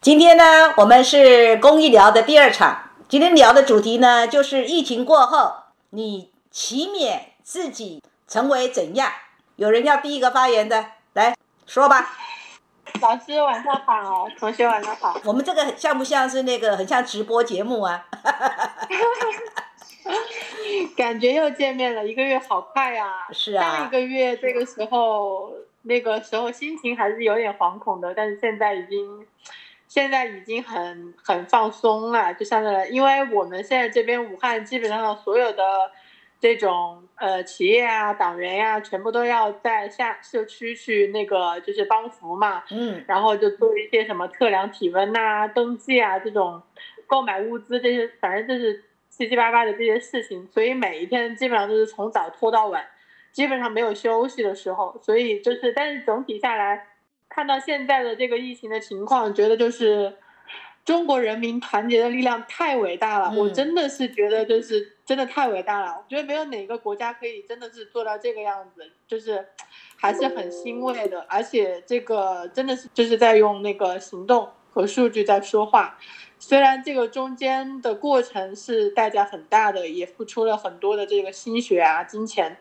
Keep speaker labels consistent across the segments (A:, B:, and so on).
A: 今天呢，我们是公益聊的第二场。今天聊的主题呢，就是疫情过后，你期勉自己成为怎样？有人要第一个发言的，来说吧。
B: 老师晚上好，同学晚上好。
A: 我们这个像不像是那个很像直播节目啊？
B: 感觉又见面了，一个月好快呀、
A: 是
B: 上一
A: 啊，
B: 个月这个时候，那个时候心情还是有点惶恐的，但是现在已经，现在已经很很放松了，就相对来，因为我们现在这边武汉基本上所有的这种呃企业啊、党员呀、全部都要在下社区去那个就是帮扶嘛，
A: 嗯
B: 然后就做一些什么测量体温呐、登记啊这种购买物资这些，反正就是七七八八的这些事情，所以每一天基本上都是从早拖到晚，基本上没有休息的时候，所以就是，但是总体下来，看到现在的这个疫情的情况，觉得就是中国人民团结的力量太伟大了，
A: 嗯
B: 我真的是觉得就是真的太伟大了，我觉得没有哪个国家可以真的是做到这个样子，就是还是很欣慰的，而且这个真的是就是在用那个行动和数据在说话，虽然这个中间的过程是代价很大的，也付出了很多的这个心血啊、金钱，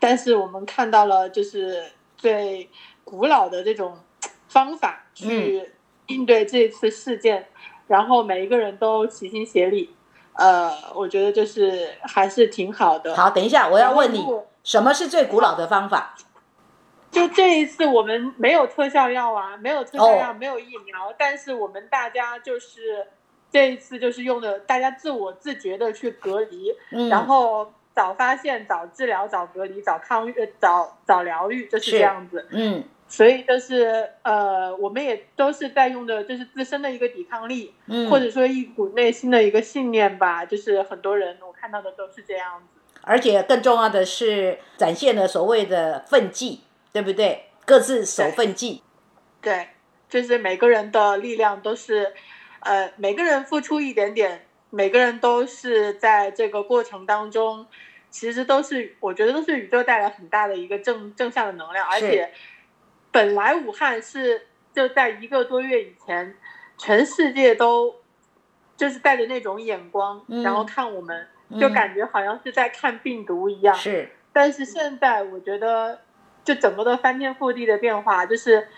B: 但是我们看到了就是最古老的这种嘖方法
A: 嗯
B: 去应对这次事件，然后每一个人都齐心协力，呃，我觉得就是还是挺好的。
A: 好，等一下我要问你
B: 然，后
A: 什么是最古老的方法？
B: 就这一次我们没有特效药啊，没有特效药，
A: 哦
B: 没有疫苗，但是我们大家就是这一次就是用的，大家自我自觉的去隔离，
A: 嗯，
B: 然后早发现、早治疗、早隔离、早抗呃早早疗愈，就是
A: 是
B: 这样子。
A: 嗯
B: 所以就是呃，我们也都是在用的，就是自身的一个抵抗力，
A: 嗯，
B: 或者说一股内心的一个信念吧。就是很多人我看到的都是这样子。
A: 而且更重要的是，展现了所谓的奋技，对不对？各自守奋技，
B: 对，就是每个人的力量都是，呃，每个人付出一点点，每个人都是在这个过程当中，其实都是我觉得都是宇宙带来很大的一个正正向的能量，而
A: 是
B: 且本来武汉是就在一个多月以前，全世界都就是带着那种眼光，
A: 嗯
B: 然后看我们，
A: 嗯
B: 就感觉好像是在看病毒一样，
A: 是
B: 但是现在我觉得，就整个的翻天覆地的变化，就是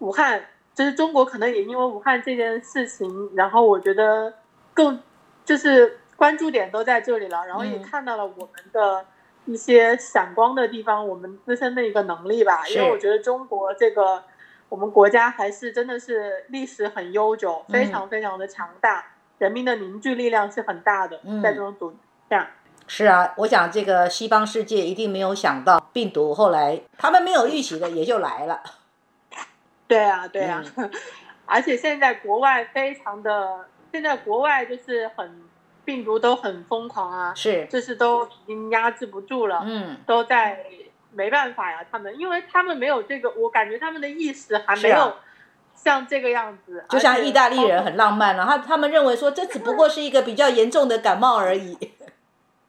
B: 武汉，就是中国可能也因为武汉这件事情，然后我觉得更就是关注点都在这里了，然后也
A: 嗯
B: 看到了我们的一些闪光的地方，我们自身的一个能力吧。因
A: 是
B: 为我觉得中国这个我们国家还是真的是历史很悠久，非
A: 嗯
B: 常非常的强大，人民的凝聚力量是很大的，
A: 嗯
B: 在这种组织下。
A: 是啊，我想这个西方世界一定没有想到病毒后来他们没有预期的也就来了，
B: 对啊，对啊，
A: 嗯
B: 而且现在国外非常的，现在国外就是很病毒都很疯狂啊，
A: 是，
B: 就是都已经压制不住了，
A: 嗯，
B: 都在没办法呀，他们因为他们没有这个，我感觉他们的意识还没
A: 是啊
B: 有像这个样子，
A: 就像
B: 而且
A: 意大利人很浪漫啊了，他他们认为说这只不过是一个比较严重的感冒而 已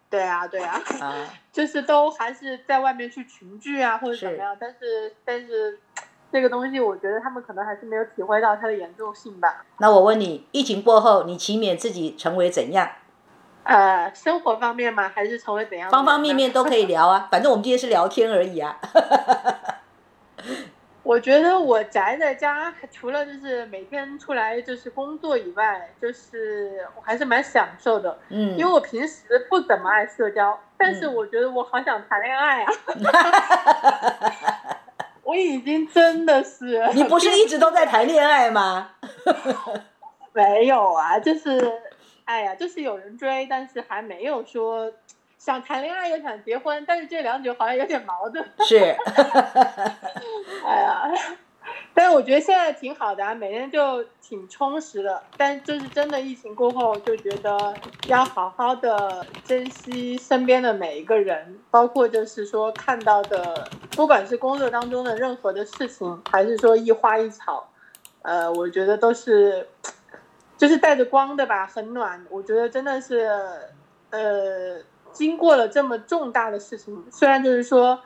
B: 对啊，对啊，
A: 啊，
B: 就是都还是在外面去群聚啊，或者怎么样，但是但是这个东西，我觉得他们可能还是没有体会到它的严重性吧。
A: 那我问你，疫情过后，你期勉自己成为怎样？
B: 呃，生活方面嘛，还是成为怎样的
A: 方方
B: 人
A: 面
B: 呢
A: 面都可以聊 啊，反正我们今天是聊天而已啊。
B: 我觉得我宅在家，除了就是每天出来就是工作以外，就是我还是蛮享受的，
A: 嗯，
B: 因为我平时不怎么爱社交，但是我觉得我好想谈 恋爱啊！我已经真的是
A: 你不是一直都在谈恋爱吗？
B: 没有啊，就是哎呀，就是有人追，但是还没有说想谈恋爱又想结婚，但是这两者好像有点矛盾。
A: 是，
B: 哎呀，但是我觉得现在挺好的啊，每天就挺充实的。但就是真的疫情过后，就觉得要好好的珍惜身边的每一个人，包括就是说看到的，不管是工作当中的任何的事情，还是说一花一草，呃，我觉得都是就是带着光的吧，很暖。我觉得真的是呃，经过了这么重大的事情，虽然就是说。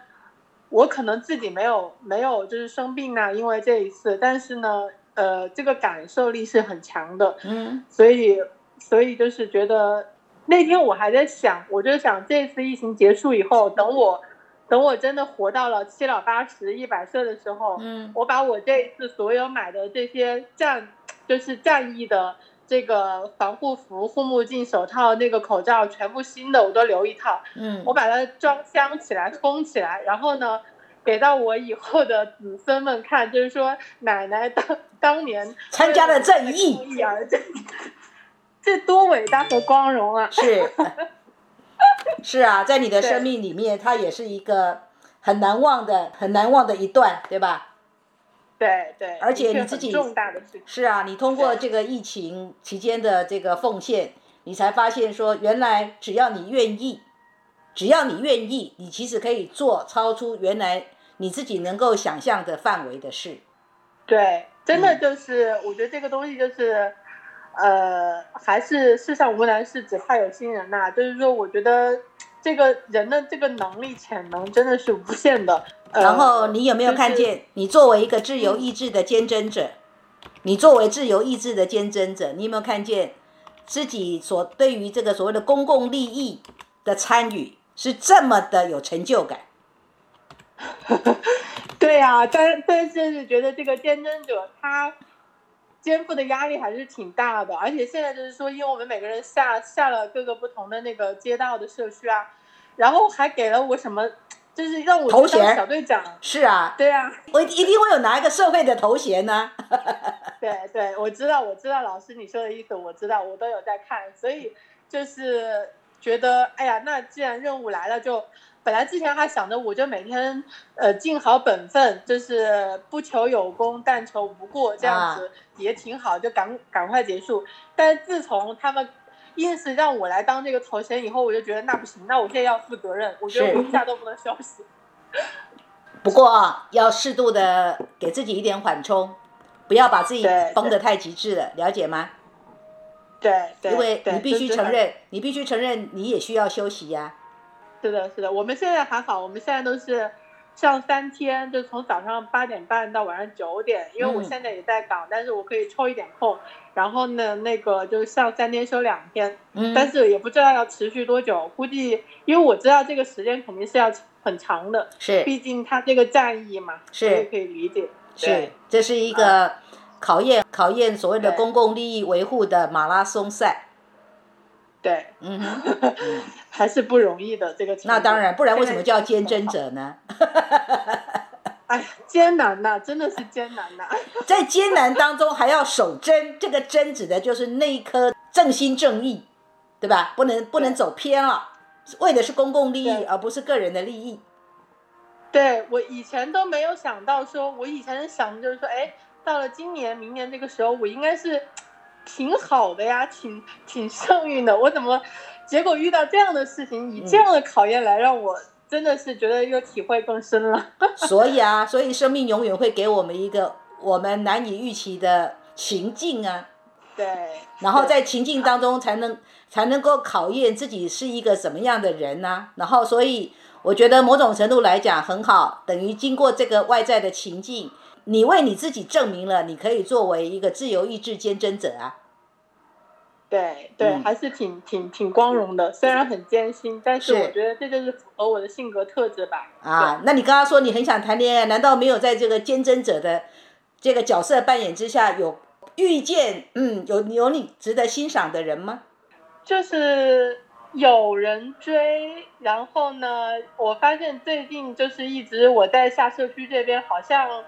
B: 我可能自己没有没有就是生病啊，因为这一次，但是呢，呃，这个感受力是很强的，
A: 嗯
B: 所以所以就是觉得那天我还在想，我就想这次疫情结束以后，等我等我真的活到了七老八十、一百岁的时候，
A: 嗯
B: 我把我这一次所有买的这些战，就是战役的这个防护服、护目镜、手套、那个口罩，全部新的我都留一套，
A: 嗯
B: 我把它装箱起来、封起来，然后呢，给到我以后的子孙们看，就是说奶奶当当年
A: 参加了正义
B: 为了抗疫而战，这多伟大和光荣啊！
A: 是 是啊，在你的
B: 对
A: 生命里面，它也是一个很难忘的、很难忘的一段，对吧？
B: 对对，
A: 而且
B: 的确
A: 你自己
B: 很重大的事情，
A: 是啊，你通过
B: 对
A: 这个疫情期间的这个奉献，你才发现说，原来只要你愿意，只要你愿意，你其实可以做超出原来你自己能够想象的范围的事。
B: 对，真的
A: 嗯
B: 就是，我觉得这个东西就是，呃，还是世上无难事，只怕有心人呐、就是说，我觉得这个人的这个能力、潜能真的是无限的。呃、
A: 然后你有没有
B: 就是嗯
A: 看见，你作为一个自由意志的见证者，你作为自由意志的见证者，你有没有看见自己所对于这个所谓的公共利益的参与是这么的有成就感？
B: 对呀、但但是是觉得这个见证者他肩负的压力还是挺大的，而且现在就是说，因为我们每个人下下了各个不同的那个街道的社区啊，然后还给了我什么，就是让我
A: 头
B: 去当
A: 衔
B: 小队长。
A: 是啊，
B: 对呀、
A: 我一定会有拿一个社会的头衔呢、
B: 对对，我知道，我知道老师你说的意思，我知道，我都有在看，所以就是觉得，哎呀，那既然任务来了就，本来之前还想着我就每天呃尽好本分，就是不求有功，但求无过，这样
A: 啊
B: 子也挺好，就赶赶快结束。但是自从他们硬是让我来当这个头衔以后，我就觉得那不行，那我现在要负责任，我觉得
A: 是
B: 我一下都不能休息。
A: 不过啊，要适度的给自己一点缓冲，不要把自己
B: 对
A: 绷得太极致了，了解吗？
B: 对对，
A: 因为
B: 对
A: 你必须
B: 就是
A: 承
B: 很
A: 认，你必须承认你也需要休息呀、
B: 是的，是的，我们现在还好，我们现在都是上三天，就从早上八点半到晚上九点，因为我
A: 嗯
B: 现在也在岗，但是我可以抽一点空，然后呢，那个就上三天休两天，但
A: 嗯，
B: 是也不知道要持续多久，估计因为我知道这个时间肯定是要很长的，
A: 是
B: 毕竟他这个战役嘛，
A: 是
B: 我也可以理解，
A: 是
B: 对，啊
A: 这是一个考验考验所谓的
B: 对
A: 公共利益维护的马拉松赛。
B: 对，
A: 嗯 哼，嗯
B: 还是不容易的这个。
A: 那当，然，不然为什么叫见证者 呢？
B: 哎，艰难呐、真的是艰难呐、
A: 在艰难当中还要守贞，这个贞指的就是那一颗正心正义，对吧？不能不能走偏了，为的是公共利益，
B: 对
A: 而不是个人的利益。
B: 对我以前都没有想到说，我以前想的就是说，哎，到了今年、明年这个时候，我应该是挺好的呀，挺挺幸运的。我怎么结果遇到这样的事情，以这
A: 嗯
B: 样的考验来让我真的是觉得又体会更深了。
A: 所以啊，所以生命永远会给我们一个我们难以预期的情境啊，
B: 对，
A: 然后在情境当中才能才能够考验自己是一个什么样的人呐、然后，所以我觉得某种程度来讲很好，等于经过这个外在的情境，你为你自己证明了你可以作为一个自由意志见证者啊。
B: 对对，
A: 嗯
B: 还是挺挺挺光荣的。虽然很艰辛，但是
A: 是
B: 我觉得这就是符合我的性格特质吧。
A: 啊，那你刚刚说你很想谈恋爱，难道没有在这个见证者的这个角色扮演之下有遇见嗯有有你值得欣赏的人吗？
B: 就是有人追，然后呢，我发现最近就是一直我在下社区这边，好像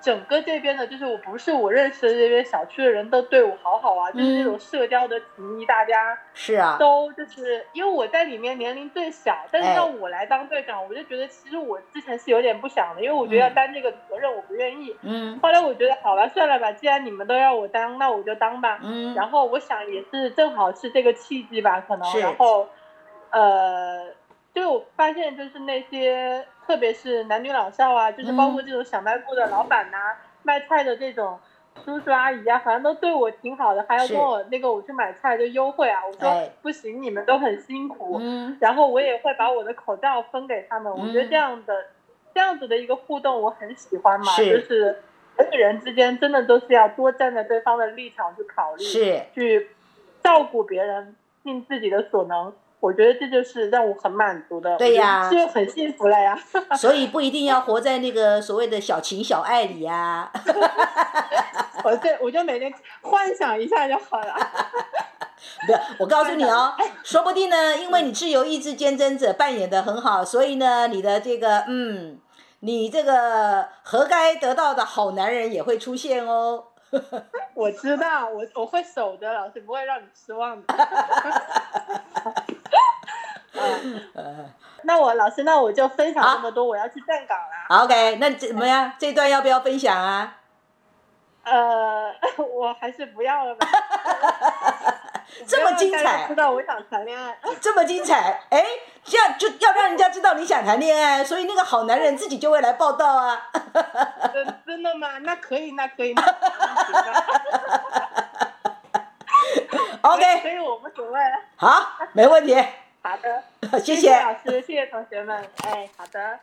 B: 整个这边的，就是我不是我认识的这边小区的人都对我好好啊，就是那
A: 嗯
B: 种社交的情谊，大家
A: 是啊，
B: 都就是因为我在里面年龄最小，但是
A: 哎
B: 让我来当队长，我就觉得其实我之前是有点不想的，因为我觉得要
A: 嗯
B: 担这个责任，我不愿意。
A: 嗯
B: 后来我觉得好吧，算了吧，既然你们都要我当，那我就当吧。
A: 嗯，
B: 然后我想也是正好是这个契机吧，可能
A: 是
B: 然后，呃，就我发现就是那些特别是男女老少啊，就是
A: 嗯
B: 包括这种小卖部的老板呐、卖菜的这种叔叔阿姨啊，反正都对我挺好的，还要
A: 是
B: 跟我那个我去买菜就优惠啊，我
A: 哎
B: 说不行，你们都很辛苦，
A: 嗯
B: 然后我也会把我的口罩分给他们。我觉得
A: 嗯
B: 这样的、这样子的一个互动我很喜欢嘛，
A: 是
B: 就是人与人之间真的都是要多站在对方的立场去考虑，
A: 是
B: 去照顾别人，尽自己的所能。我觉得这就是让我很满足的，
A: 对呀
B: 我觉得这就很幸福了呀。
A: 所以不一定要活在那个所谓的小情小爱里啊呀、
B: 我这我就每天幻想一下就好了。
A: 不，我告诉你哦，说不定呢，因为你自由意志坚贞者扮演的很好，所以呢，你的这个嗯，你这个活该得到的好男人也会出现哦。
B: 我知道，我我会守着，老师不会让你失望的。 嗯
A: 呃
B: 那我老师，那我就分享这么多，我要去站岗啦。
A: ，OK，那怎么样？这段要不要分享啊？
B: 呃， 我还是不要了吧。
A: 这么精彩
B: 不要让大家知道我想谈恋爱。
A: 这么精彩，哎，这样就要让人家知道你想谈恋爱，所以那个好男人自己就会来报道啊。
B: 真真的吗？那可以，那可以，那行吧
A: OK，
B: 所以我无所谓。
A: 好，没问题，
B: 好的，
A: 谢
B: 谢
A: 谢。
B: 老师，谢谢同学们。哎，好的。